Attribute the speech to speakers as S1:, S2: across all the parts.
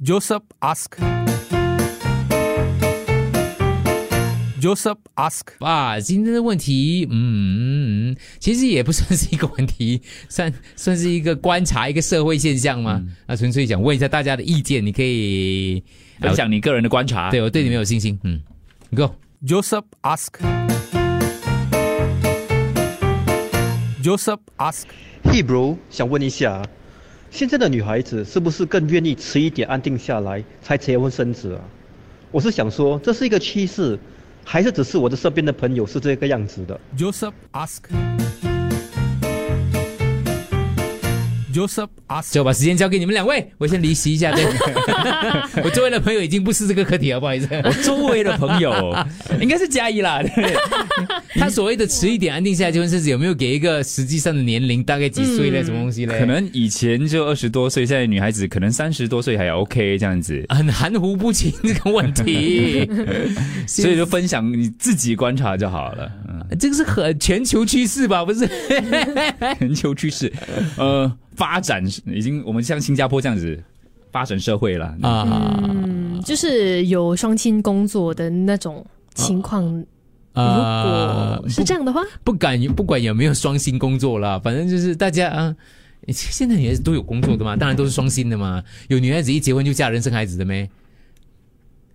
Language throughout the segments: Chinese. S1: Joseph ask. Joseph ask.
S2: 哇，今天的问题，嗯，其实也不算是一个问题，算算是一个观察一个社会现象吗？啊，纯粹想问一下大家的意见，你可以
S3: 分享你个人的观察。
S2: 对我对你们有信心，嗯，Go，
S1: Joseph ask. Joseph ask.
S4: Hey bro，想问一下，现在的女孩子是不是更愿意迟一点安定下来才结婚生子啊？我是想说，这是一个趋势，还是只是我的身边的朋友是这个样子的？
S1: Joseph ask. Joseph ask.
S2: 就把时间交给你们两位，我先离席一下。 对，我周围的朋友已经不是这个课题了，不 好意思。
S3: 我周围的朋友 应该是嘉怡啦，对不对？
S2: 他所谓的迟一点安定下来结婚生子，有没有给一个实际上的年龄，大概几岁嘞？什么东西嘞？
S3: 嗯可能以前就二十多岁，现在女孩子可能三十多岁还 OK 这样子，
S2: 很含糊不清这个问 题，
S3: 所以就分享你自己观察就 好了。嗯，
S2: 这个是很全球趋势吧？ 不是？
S3: 全球趋势，呃，发展已经我们像新加坡这样子发展社会了啊，
S2: 啊
S5: 嗯，就是有双亲工作的那种情况，如
S2: 啊呃
S5: 果，是这样的话，
S2: 不管不管有没有双薪工作啦，反正就是大家啊。现在女孩子都有工作的嘛，当然都是双薪的嘛。有女孩子一结婚就嫁人生孩子的没？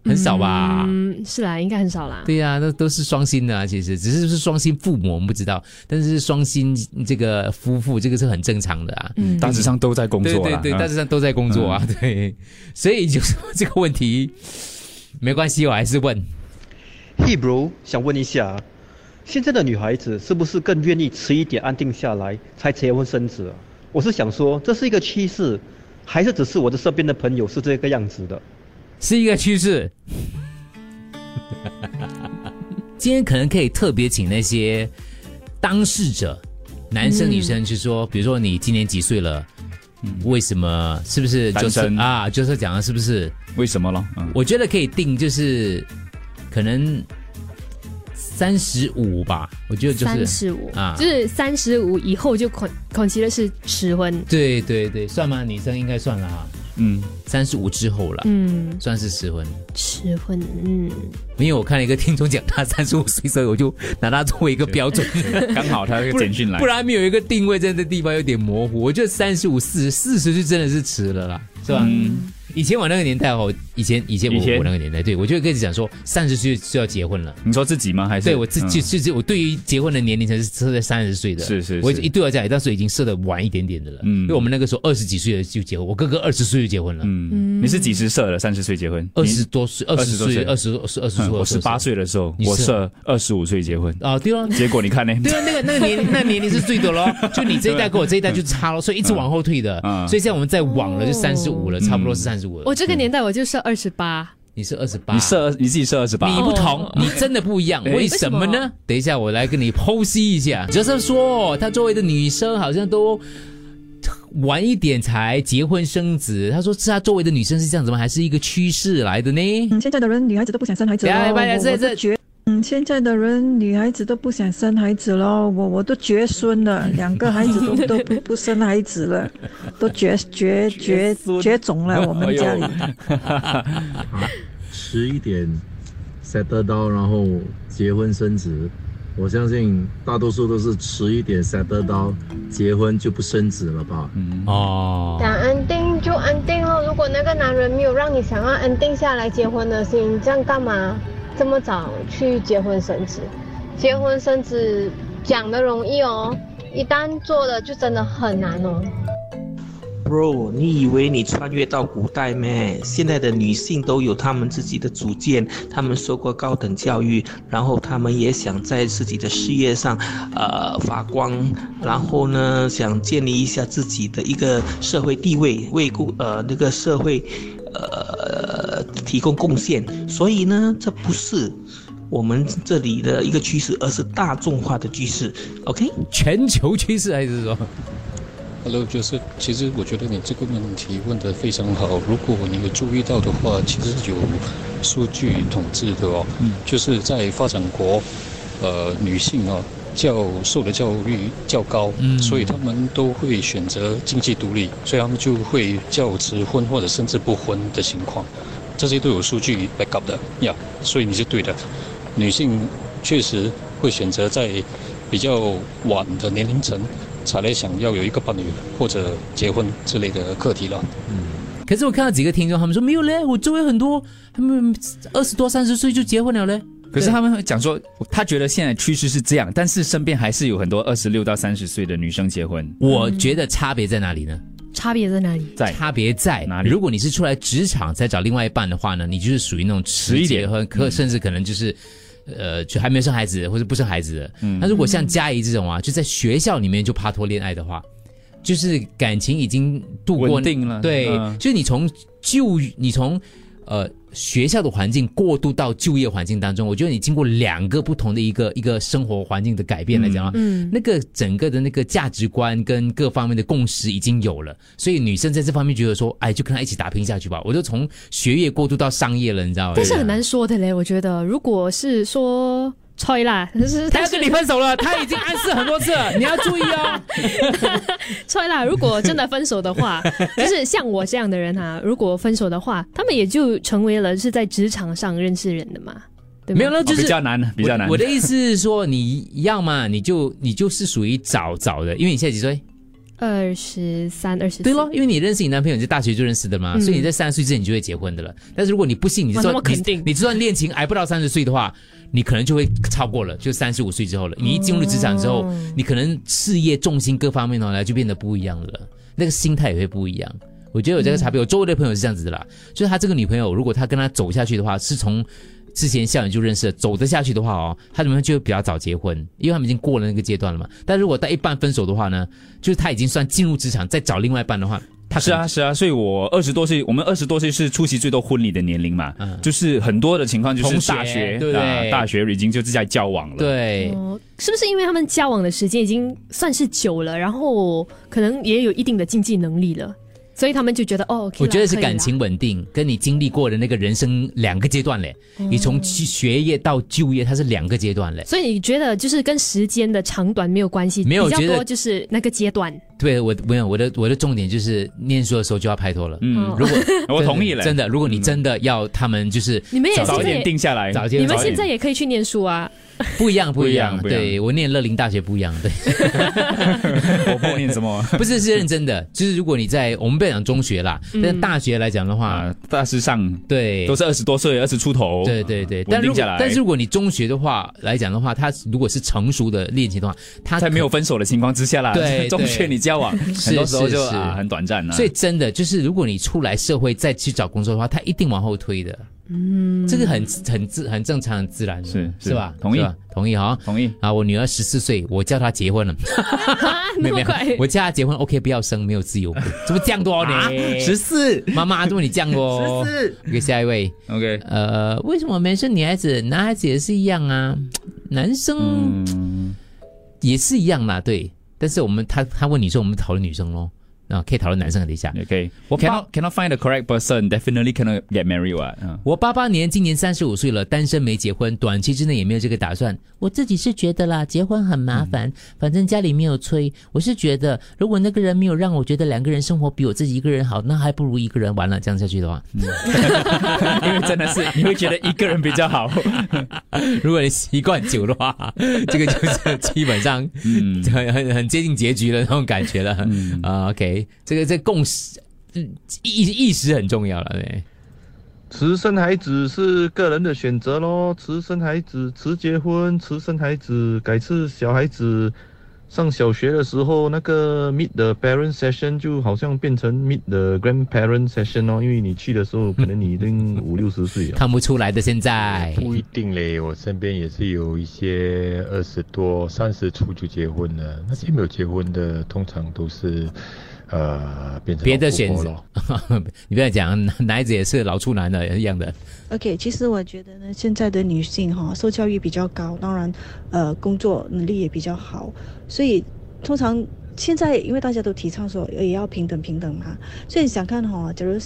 S2: 很少吧？
S5: 嗯，是啦，应该很少啦。
S2: 对呀、那都是双薪的、啊，其实只是是双薪父母我们不知道，但是双薪这个夫妇这个是很正常的啊。
S5: 嗯，
S3: 大致上都在工
S2: 对
S3: 作
S2: 对
S3: 了。
S2: 对，
S3: 啊
S2: 大致上都在工作啊，对，所以就是这个问题没关系，我还是问。
S4: Hey bro，想问一下，现在的女孩子是不是更愿意迟一点安定下来才结婚生子啊？我是想说，这是一个趋势，还是只是我的身边的朋友是这个样子的？
S2: 是一个趋势。今天可能可以特别请那些当事者，男生
S5: 嗯
S2: 女生去说，比如说你今年几岁了？为什么？是不是
S3: 嗯单
S2: 就是
S3: 身
S2: 啊？就是讲的是不是？
S3: 为什么咯？嗯，
S2: 我觉得可以定，就是可能三十五吧。我觉得就
S5: 三
S2: 是
S5: 十五
S2: 啊，
S5: 就是三十五以后就恐恐其的是迟婚。
S2: 对对对，算吗？女生应该算了哈，
S3: 嗯，
S2: 三十五之后了，
S5: 嗯，
S2: 算是迟婚。
S5: 迟婚，嗯，
S2: 因为我看了一个听众讲他三十五岁，所以我就拿他作为一个标准。
S3: 刚好他这个
S2: 不然
S3: 简讯来，
S2: 不然没有一个定位在这地方有点模糊。我觉得三十五、四十、四十就真的是迟了啦，是吧？以前我那个年代哦，以前以前我
S3: 以前
S2: 我那个年代，对我就跟你讲说，三十岁就要结婚了。
S3: 你说自己吗？还是
S2: 对我自己
S3: 嗯
S2: 就是我对于结婚的年龄才是设在三十岁的，
S3: 是是
S2: 我
S3: 是
S2: 一对我讲，当时已经设的晚一点点的了，
S3: 嗯
S2: 因为我们那个时候二十几岁的就结婚，我哥哥二十岁就结婚了，
S3: 嗯，你是几时设的？三十岁结婚？
S2: 二十多岁，二十
S3: 20多
S2: 岁，
S3: 岁
S2: 二十二十二十
S3: 嗯
S2: 岁，
S3: 我十八岁的时候，
S2: 你
S3: 我
S2: 是
S3: 设二十五岁结婚，
S2: 啊，对了，
S3: 结果你看呢？
S2: 对啊，那个那个年那年龄是最多咯，就你这一代跟我这一代就差咯，所以一直往后退的。
S3: 嗯
S2: 所以现在我们再往了就三十五了，差不多是三十五了。
S5: 我这个年代我就是二十八，
S2: 你是二十八，
S3: 你设你自己设二十八，
S2: 你不同，你真的不一样，为什么
S5: 为什
S2: 呢？等一下我来跟你剖析一下。就是说，他周围的女生好像都。晚一点才结婚生子，他说是他周围的女生是这样子吗？还是一个趋势来的呢？
S6: 嗯，现在的人女孩子都不想生孩子
S2: 来
S6: 了，
S2: 来来
S6: 我
S2: 这
S6: 我
S2: 这
S6: 都觉，嗯，现在的人女孩子都不想生孩子了，我我都绝孙了，两个孩子都都不不生孩子了，都绝绝绝绝种
S3: 哎
S6: 了，我们家里。
S7: 十一点 settle down，然后结婚生子。我相信大多数都是迟一点 settle down，结婚就不生子了吧？
S2: 哦，
S8: 想安定就安定咯，如果那个男人没有让你想要安定下来结婚的心，这样干嘛这么早去结婚生子？结婚生子讲的容易哦，一旦做了就真的很难哦。
S9: Bro，你以为你穿越到古代咩？现在的女性都有她们自己的主见，她们受过高等教育，然后她们也想在自己的事业上，呃，发光，然后呢，想建立一下自己的一个社会地位，为顾呃那个社会，呃，提供贡献。所以呢，这不是我们这里的一个趋势，而是大众化的趋势。OK。
S2: 全球趋势还是说
S10: Hello，就是其实我觉得你这个问题问得非常好。如果你有注意到的话，其实有数据统计的哦，就是在发展国，呃，女性啊，较受的教育较高，
S2: 嗯
S10: 所以他们都会选择经济独立，所以他们就会较迟婚或者甚至不婚的情况，这些都有数据 back up 的呀所以你是对的，女性确实会选择在比较晚的年龄层才来想要有一个伴侣或者结婚之类的课题了。
S2: 可是我看到几个听众，他们说没有嘞，我周围很多他们二十多、三十岁就结婚了嘞。
S3: 可是他们会讲说，他觉得现在趋势是这样，但是身边还是有很多二十六到三十岁的女生结婚。
S2: 我觉得差别在哪里呢？
S5: 差别在哪里？
S3: 在
S2: 差别在
S3: 哪里
S2: 如果你是出来职场再找另外一半的话呢，你就是属于那种迟
S3: 一点
S2: 结婚，可甚至可能就是。呃，就还没有生孩子或者不生孩子的，
S3: 嗯
S2: 那如果像佳怡这种啊，就在学校里面就拍拖恋爱的话，就是感情已经度过
S3: 稳定了
S2: 对，
S3: 嗯
S2: 就是你从就你从呃学校的环境过渡到就业环境当中，我觉得你经过两个不同的一个一个生活环境的改变来讲啊，
S5: 嗯
S2: 那个整个的那个价值观跟各方面的共识已经有了，所以女生在这方面觉得说，哎，就跟他一起打拼下去吧。我就从学业过渡到商业了，你知道吗？啊
S5: 但
S3: 啊
S5: 是很难说的嘞，我觉得，如果是说吹啦，但是
S2: 他
S5: 但
S2: 要
S5: 是
S2: 跟你分手了，他已经暗示很多次了，你要 注意
S3: 啊
S2: 哦。
S5: 吹啦，如果真的分手 的话，就是像我这样的人啊，如果分手的话，他们也就成为了是在职场上认识人的嘛，对吗
S2: 没有了，就
S3: 哦
S2: 是
S3: 比较难， 比较难。
S2: 我。我的意思是说，你要嘛，你就你就是属于早早的，因为你现在几岁？
S5: 二十三、二十四
S2: 对咯，因为你认识你男朋友你在大学就认识的嘛，
S5: 嗯
S2: 所以你在三十岁之前你就会结婚的了。但是如果你不信，你
S5: 哇
S2: 这段
S5: 那么肯定
S2: 你你这段恋情挨不到三十岁的话，你可能就会超过了，就三十五岁之后了。你一进入职场之后，
S5: 哦
S2: 你可能事业重心各方面呢就变得不一样了，那个心态也会不一样。我觉得有这个差别，我周围的朋友是这样子的啦，就是他这个女朋友，如果他跟他走下去的话，是从之前校园就认识了，走得下去的话哦，他们就会比较早结婚，因为他们已经过了那个阶段了嘛。但如果到一半分手的话呢，就是他已经算进入职场，再找另外一半的话，他可
S3: 是
S2: 能
S3: 啊，是啊，所以我二十多岁，我们二十多岁是出席最多婚礼的年龄嘛，
S2: 嗯
S3: 就是很多的情况就是
S2: 同学
S3: 大学，
S2: 对不对
S3: 啊大学已经就是在交往了，，
S2: 对。
S5: 哦，是不是因为他们交往的时间已经算是久了，然后可能也有一定的经济能力了，所以他们就觉得哦，OK 啦
S2: 我觉得是
S5: 可以啦
S2: 感情稳定，跟你经历过的那个人生两个阶段嘞。你从去学业到就业，它是两个阶段嘞。
S5: 所以你觉得就是跟时间的长短没有关系，
S2: 没有
S5: 比较
S2: 觉得
S5: 多就是那个阶段。
S2: 对我没有我的我的重点就是念书的时候就要拍拖了。
S3: 嗯，
S5: 哦
S2: 如果
S3: 我同意了， 嗯
S2: 真的，如果你真的要他们就是
S5: 你们也
S2: 早
S5: 现
S3: 早一
S5: 在
S3: 点
S5: 也，
S3: 定下来，
S2: 早一点
S5: 你们
S2: 早一
S5: 现
S2: 点
S5: 在也可以去念书啊。
S2: 不一样，不一样。
S3: 不一样
S2: 对我念乐林大学不一样， 对，
S3: 我不念什 么
S2: 不是是认真的。就是如果你在我们不要讲中学啦，但是大学来讲的话
S3: 嗯啊，，大致上
S2: 对
S3: 都。是二十多岁，二十出头，
S2: 对对对，
S3: 稳
S2: 但如
S3: 定
S2: 果
S3: 下来，
S2: 但是如果你中学的话来讲的话，他如果是成熟的恋情的话，他
S3: 在
S2: 可
S3: 没有分手的情况之下啦，
S2: 对
S3: 中学你交往，
S2: 是
S3: 很多时候就是啊很短暂啊，
S2: 所以真的就是，如果你出来社会再去找工作的话，他一定往后推的。嗯，这个很很自很正常很自然的，
S3: 是是
S2: 是吧？
S3: 同意
S2: 是吧同意哈。
S3: 同意。
S2: 啊，我女儿十四岁，我叫她结婚了， 没
S5: 那
S2: 有
S5: 么
S2: 没有
S5: 快，
S2: 我叫她结婚，OK，不要生，没有自由，怎么降多呢？
S3: 十四
S2: 妈妈，怎么你降哦？啊十四。OK，下一位，
S3: ，OK，
S2: 呃，为什么没生女孩子，男孩子也是一样啊？男生
S3: 嗯，
S2: 也是一样啦，对。但是我们他他问女生，我们讨论女生咯，啊，可以讨论男生的等一下。
S3: 也可以。
S2: 我
S3: cannot cannot find the correct person, definitely cannot get married 啊，嗯
S2: 我八八年，今年三十五岁了，单身没结婚，短期之内也没有这个打算。我自己是觉得啦，结婚很麻烦，反正家里没有催。我是觉得，如果那个人没有让我觉得两个人生活比我自己一个人好，那还不如一个人玩了。这样下去的话，
S3: 因为真的是你会觉得一个人比较好，
S2: 如果你习惯久的话，这个就是基本上
S3: 嗯
S2: 很很 很接近结局的那种感觉了。啊、
S3: 嗯
S2: o k 这个这共识嗯意意识很重要了。对
S7: 迟生孩子是个人的选择咯，迟生孩子、迟结婚、迟生孩子，改次小孩子上小学的时候，那个 meet the parent session 就好像变成 meet the grandparent session 哦，因为你去的时候可能你已经五六十岁了。
S2: 看不出来的现在。
S11: 不一定嘞，我身边也是有一些二十多、三十出就结婚了，那些没有结婚的，通常都是，呃，变成
S2: 别的
S11: 老婆
S2: 选
S11: 婆
S2: 择
S11: 咯。
S2: 你不要讲，男孩子也是老处男的一样的。
S12: OK，其实我觉得呢，现在的女性哈、受教育比较高，当然，呃，工作能力也比较好，所以通常现在因为大家都提倡说呃也要平等平等嘛，所以想看哈、假如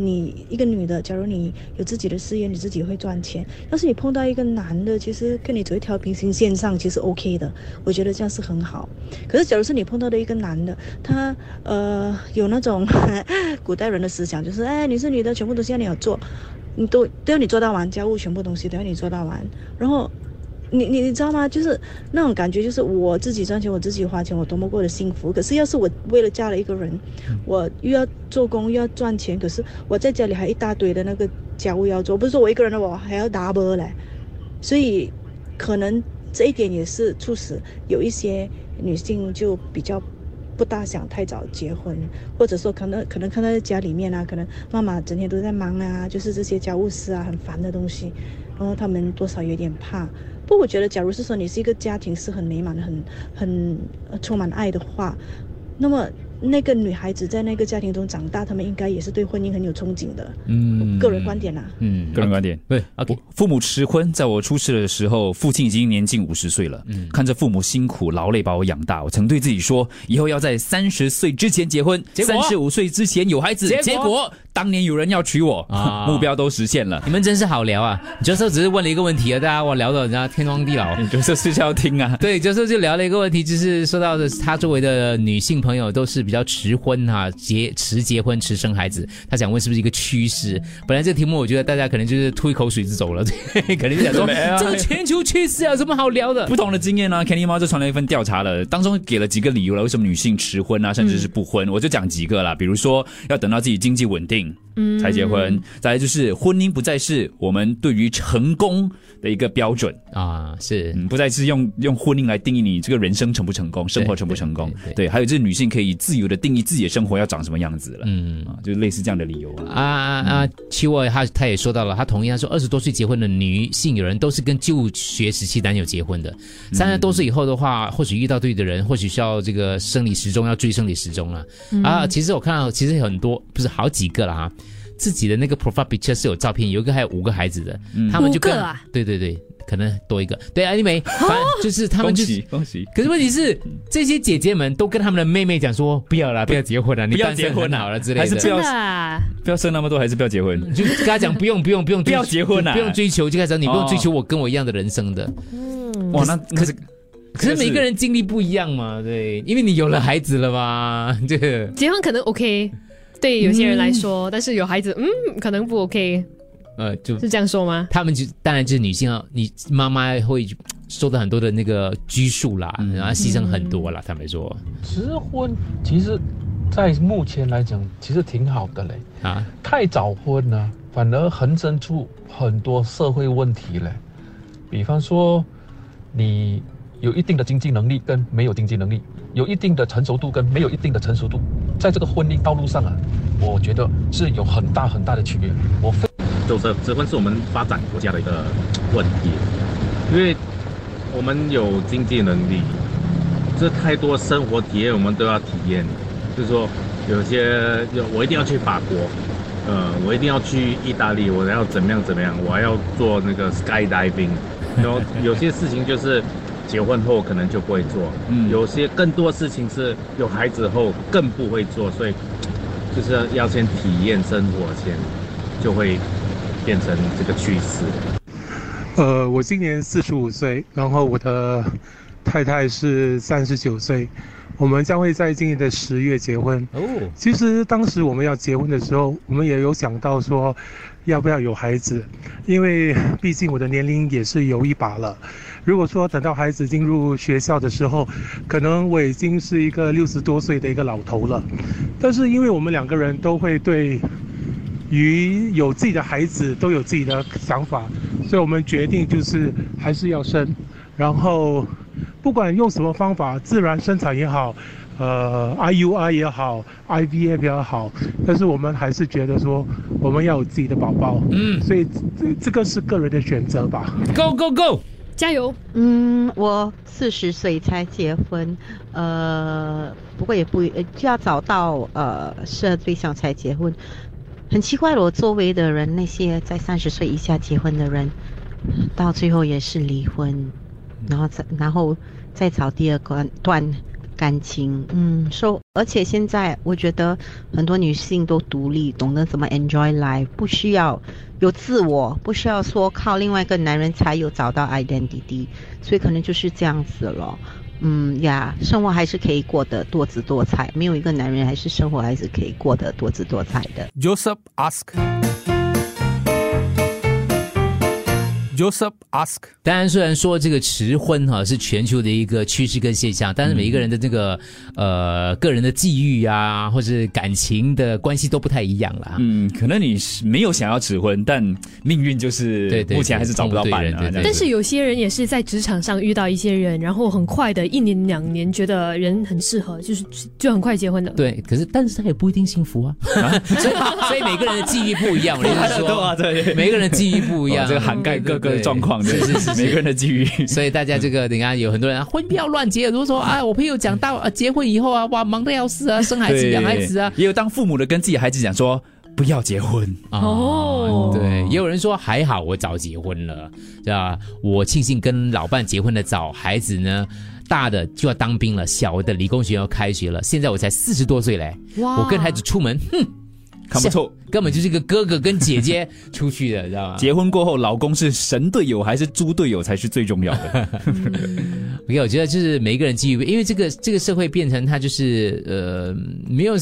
S12: 你一个女的，假如你有自己的事业，你自己会赚钱。要是你碰到一个男的，其实跟你走一条平行线上，其实 OK 的，我觉得这样是很好。可是假如是你碰到的一个男的，他呃有那种 古代人的思想，就是哎你是女的，全部东西要你要做，你都都要你做到完，家务全部东西都要你做到完，然后。你你你知道吗？就是那种感觉，就是我自己赚钱，我自己花钱，我多么过得幸福。可是要是我为了嫁了一个人，我又要做工又要赚钱，可是我在家里还一大堆的那个家务要做，不是说我一个人的我还要 double 嘞。所以可能这一点也是促使有一些女性就比较不大想太早结婚，或者说可能可能看到家里面啊，可能妈妈整天都在忙啊，就是这些家务事啊，很烦的东西，然后他们多少有点怕。不过我觉得，假如是说你是一个家庭是很美满、很很呃充满爱的话，那么那个女孩子在那个家庭中长大，她们应该也是对婚姻很有憧憬的。
S3: 嗯
S12: 个人观点啦、
S3: 嗯，个人观点。对我父母迟婚，在我出事的时候，父亲已经年近五十岁了。嗯，看着父母辛苦劳累把我养大，我曾对自己说，以后要在三十岁之前结婚，
S2: 结果
S3: 三十五岁之前有孩子。
S2: 结果
S3: 当年有人要娶我，
S2: 啊
S3: 目标都实现了。
S2: 你们真是好聊啊！角色只是问了一个问题啊，大家我聊的人家天荒地 老。
S3: 角色是要听啊，
S2: 对，角色就聊了一个问题，就是说到的他周围的女性朋友都是比较迟婚哈、结迟结婚、迟生孩子。他想问是不是一个趋势？本来这题目我觉得大家可能就是吐一口水就走了， 对可能就想说
S3: 没啊
S2: 这个全球趋势啊，有什么好聊的？
S3: 不同的经验呢、啊、，Kenny 猫就传了一份调查了，当中给了几个理由了，为什么女性迟婚
S2: 嗯
S3: 啊，甚至是不婚，我就讲几个啦，比如说要等到自己经济稳定，
S13: 嗯
S3: 才结婚，再来就是婚姻不再是我们对于成功的一个标准
S2: 啊，是、
S3: 嗯，不再是用用婚姻来定义你这个人生成不成功，生活成不成功，对还有就是女性可以自由的定义自己的生活要长什么样子了，
S2: 嗯，
S3: 啊，就类似这样的理由啊，
S2: 啊啊啊！期沃他他也说到了，他同意，他说二十多岁结婚的女性友人都是跟就学时期男友结婚的，
S3: 嗯
S2: 三十多岁以后的话，或许遇到对的人，或许需要这个生理时钟要追生理时钟了、
S13: 嗯
S2: 啊。其实我看到其实很多不是好几个了哈，自己的那个 profile picture 是有照片，有一个还有五个孩子的，
S3: 嗯
S2: 他们就跟
S13: 五个啊
S2: 对对对，可能多一个，对啊，因为反正就是他们就
S3: 恭
S2: 是
S3: 喜。恭喜，
S2: 可是问题是，这些姐姐们都跟他们的妹妹讲说，不要啦，不要结婚了，你
S3: 不要
S2: 单身
S3: 结婚
S2: 很
S3: 啊
S2: 好了之类的，
S3: 还是不要
S5: 真的啊，
S3: 不要生那么多，还是不要结婚，
S2: 就跟他讲不用不用不用
S3: 不要
S2: 追
S3: 结婚啊
S2: 不用追求，就开始讲你不用
S3: 哦
S2: 追求我跟我一样的人生的。
S3: 哇，那可是
S2: 嗯可是
S3: 这个
S2: 每个人经历不一样嘛，对，因为你有了孩子了嘛， 这个
S5: 结婚可能 OK，对有些人来说，但是有孩子，嗯，可能不 OK，
S2: 呃就是
S5: 这样说吗？
S2: 他们就当然就是女性啊，你妈妈会受到很多的那个拘束啦，
S3: 嗯
S2: 然后牺牲很多啦，他们说
S14: 迟婚其实，在目前来 讲，其实挺好的嘞。
S2: 啊，
S14: 太早婚呢，反而横生出很多社会问题嘞。比方说，你有一定的经济能力跟没有经济能力，有一定的成熟度跟没有一定的成熟度，在这个婚姻道路上啊，我觉得是有很大很大的区别。我非
S15: 就是结婚是我们发展国家的一个问题，因为我们有经济能力，这太多生活体验我们都要体验。就是说，有些有我一定要去法国，呃，我一定要去意大利，我要怎么样怎么样，我还要做那个 skydiving，然后有些事情就是结婚后可能就不会做，
S3: 嗯
S15: 有些更多事情是有孩子后更不会做，所以就是要先体验生活先，就会变成这个趋势。
S16: 呃，我今年四十五岁，然后我的太太是三十九岁，我们将会在今年的十月结婚。
S2: 哦，
S16: 其实当时我们要结婚的时候，我们也有想到说，要不要有孩子，因为毕竟我的年龄也是有一把了。如果说等到孩子进入学校的时候，可能我已经是一个六十多岁的一个老头了。但是因为我们两个人都会对于有自己的孩子都有自己的想法，所以我们决定就是还是要生，然后不管用什么方法，自然生产也好，呃，IUI 也好，IVF 也好，但是我们还是觉得说我们要有自己的宝宝，嗯，所以这这个是个人的选择吧。
S2: Go Go Go，
S5: 加油！
S17: 嗯，我四十岁才结婚，呃，不过也不呃就要找到呃适合对象才结婚。很奇怪，我周围的人那些在三十岁以下结婚的人，到最后也是离婚，然后再然后再找第二个段感情，嗯，so 而且现在我觉得很多女性都独立，懂得怎么 enjoy life，不需要有自我，不需要说靠另外一个男人才有找到 identity，所以可能就是这样子了。嗯呀，生活还是可以过得多姿多彩，没有一个男人还是生活还是可以过得多姿多彩的。
S1: Joseph ask. Joseph ask.
S2: 当然，虽然说这个迟婚哈、是全球的一个趋势跟现象，但是每一个人的这个、呃个人的际遇啊，或是感情的关系都不太一样啦。
S3: 嗯，可能你是没有想要指婚，但命运就是
S2: 对对
S3: 目前还是找不到伴啊。这样子
S5: 但是有些人也是在职场上遇到一些人，然后很快的一年两年，觉得人很适合，就是就很快结婚的。
S2: 对，可是但是他也不一定幸福啊， 所以所以每个人的际遇不一样，我的意思是 说，
S3: 对对
S2: 每个人的际遇不一样，
S3: 哦这个涵盖各个
S2: 对
S3: 状况
S2: 是
S3: 对
S2: 是是，
S3: 每个人
S2: 的际遇。所以大家这个，你看有很多人啊婚不要乱结，如果说啊，我朋友讲到啊，结婚以后啊，哇，忙得要死啊， 生孩子
S3: 对
S2: 养孩子啊，，
S3: 也有当父母的跟自己孩子讲说不要结婚
S2: 哦，对，也有人说还好我早结婚了，对吧？我庆幸跟老伴结婚的早，孩子呢大的就要当兵了，小的理工学校开学了，现在我才四十多岁嘞，
S3: 哇
S2: 我跟孩子出门，哼，
S3: 看不透，
S2: 根本就是个哥哥跟姐姐出去的，知道吗？
S3: 结婚过后，老公是神队友还是猪队友才是最重要的。
S2: 没有，我觉得就是每一个人基于，因为这个这个社会变成他就是呃没有，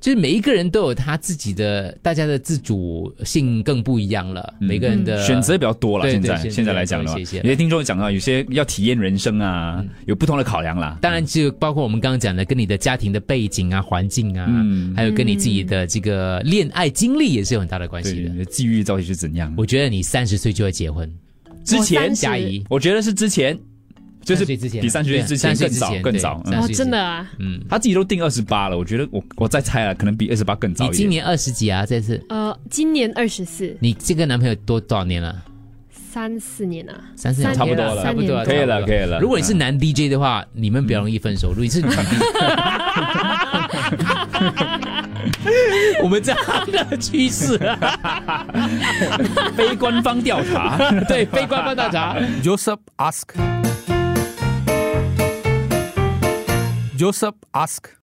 S2: 就是每一个人都有他自己的，大家的自主性更不一样了，每个人的
S3: 嗯选择比较多了，
S2: 呃对
S3: 现
S2: 对
S3: 在
S2: 选择
S3: 现在来讲的话，
S2: 多一
S3: 有
S2: 些些
S3: 些听众也讲到，有些要体验人生啊，有不同的考量啦。
S2: 嗯当然，就包括我们刚刚讲的，跟你的家庭的背景啊、环境啊，
S3: 嗯
S2: 还有跟你自己的这个恋爱经历也是有很大的关系的。你
S3: 的际遇到底是怎样？
S2: 我觉得你三十岁就会结婚，
S3: 之前
S2: 加一，
S3: 我觉得是之前，就是
S2: 30之前
S3: 比三十
S2: 对
S3: 岁
S2: 啊
S3: 之前
S2: 30
S3: 更早
S2: 之前
S3: 更
S2: 对
S3: 早。
S2: 30
S5: 哦，
S2: 之前
S5: 真的啊，
S2: 嗯，
S3: 他自己都定二十八了，我觉得我我再猜啊，可能比二十八更早一
S2: 你
S3: 点。
S2: 今年二十几啊？这次
S5: 呃，今年二十四，
S2: 你这个男朋友多多少年了？
S5: 三四年啊，
S2: 三四年
S5: 三年
S2: 差不多了，
S3: 可以了
S2: 差不多
S3: 可以了
S2: 如果你是男 DJ 的话，你们比较容易分手；如果你是女 DJ，我们这样的趋势，啊
S3: 非官方调 查
S2: 对，非官方调查。
S1: Joseph ask. Joseph ask.